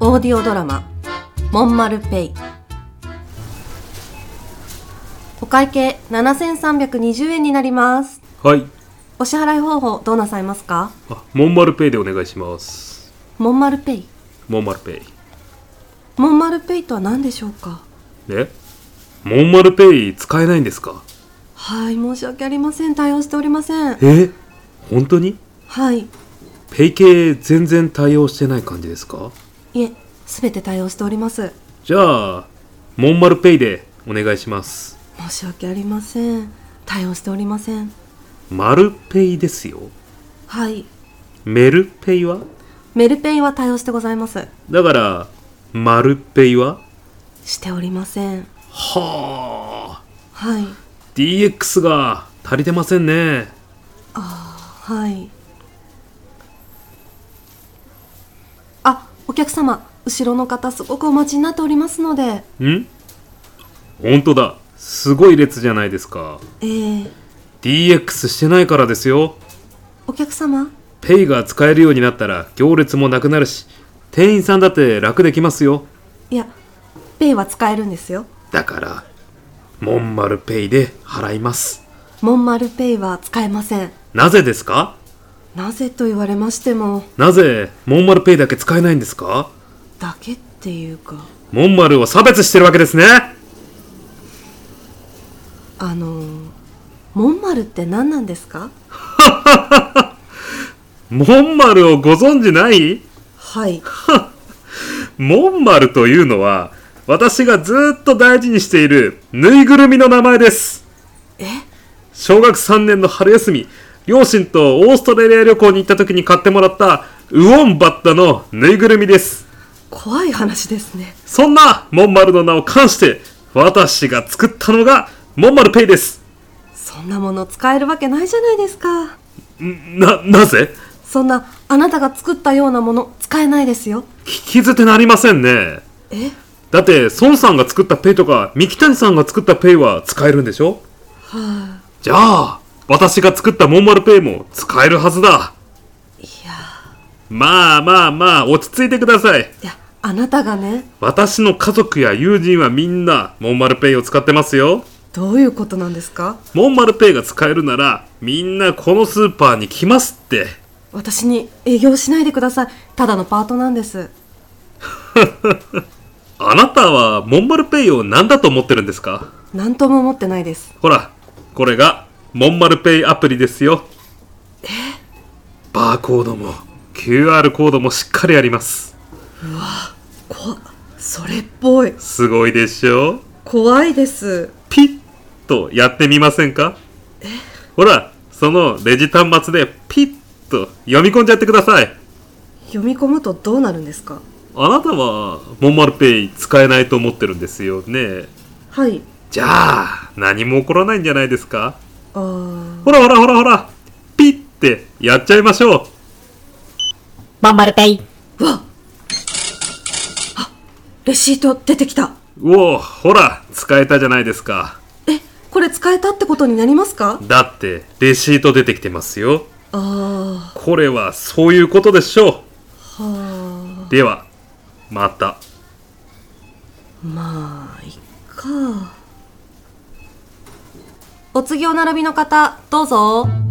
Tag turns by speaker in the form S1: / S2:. S1: オーディオドラマ「モンマルペイ」お会計7320円になります
S2: はい。
S1: お支払い方法どうなさいますか
S2: あ、モンマルペイでお願いします。
S1: モンマルペイ
S2: モンマルペイ。
S1: モンマルペイとは何でしょうか
S2: えモンマルペイ使えないんですか
S1: はい申し訳ありません対応しておりません
S2: え本当に
S1: はい
S2: ペイ系全然対応してない感じですか
S1: いえ全て対応しております
S2: じゃあ、モンマルペイでお願いします。
S1: 申し訳ありません対応しておりません
S2: マルペイですよ。
S1: はい
S2: メルペイは
S1: メルペイは対応してございます
S2: だから、マルペイは
S1: しておりません
S2: はあ、
S1: はい
S2: DX が足りてませんね。
S1: はいあお客様後ろの方すごくお待ちになっておりますので
S2: ん本当だ。すごい列じゃないですか。
S1: えー、
S2: DX してないからですよ
S1: お客様
S2: ペイが使えるようになったら行列もなくなるし店員さんだって楽できますよ
S1: いやペイは使えるんですよ
S2: だからモンマルペイで払います
S1: モンマルペイは使えません
S2: なぜですか
S1: なぜと言われましても
S2: なぜモンマルペイだけ使えないんですか
S1: だけっていうか
S2: モンマルを差別してるわけですね
S1: あのー、モンマルって何なんですか
S2: モンマルをご存じない
S1: はい
S2: モンマルというのは私がずっと大事にしているぬいぐるみの名前です
S1: え
S2: 小学3年の春休み両親とオーストラリア旅行に行った時に買ってもらったウォンバッタのぬいぐるみです
S1: 怖い話ですね
S2: そんなモンマルの名を冠して私が作ったのがモンマルペイです
S1: そんなもの使えるわけないじゃないですか
S2: んななぜ
S1: そんなあなたが作ったようなもの使えないですよ
S2: 聞き捨てなりませんね
S1: え
S2: だって孫さんが作ったペイとか三木谷さんが作ったペイは使えるんでしょ
S1: はあ
S2: じゃあ私が作ったモンマルペイも使えるはずだ
S1: いや
S2: まあまあまあ落ち着いてください
S1: いやあなたがね
S2: 私の家族や友人はみんなモンマルペイを使ってますよ
S1: どういうことなんですか
S2: モンマルペイが使えるならみんなこのスーパーに来ますって
S1: 私に営業しないでくださいただのパートなんです
S2: あなたはモンマルペイを何だと思ってるんですか
S1: 何とも思ってないです
S2: ほらこれがモンマルペイアプリですよバーコードも QR コードもしっかりあります
S1: こそれっぽい
S2: すごいでしょ
S1: 怖いです
S2: ピッとやってみませんかほらそのレジ端末でピッと読み込んじゃってください
S1: 読み込むとどうなるんですか
S2: あなたはモンマルペイ使えないと思ってるんですよね
S1: はい
S2: じゃあ何も起こらないんじゃないですか
S1: あー
S2: ほらほらほらほらピッてやっちゃいましょう
S3: モンマルペイ
S1: うわあレシート出てきた
S2: うおーほら使えたじゃないですか
S1: えこれ使えたってことになりますか
S2: だってレシート出てきてますよ
S1: あ
S2: これはそういうことでしょ
S1: ーは
S2: うではまた
S1: あまあいっかお次お並びの方どうぞ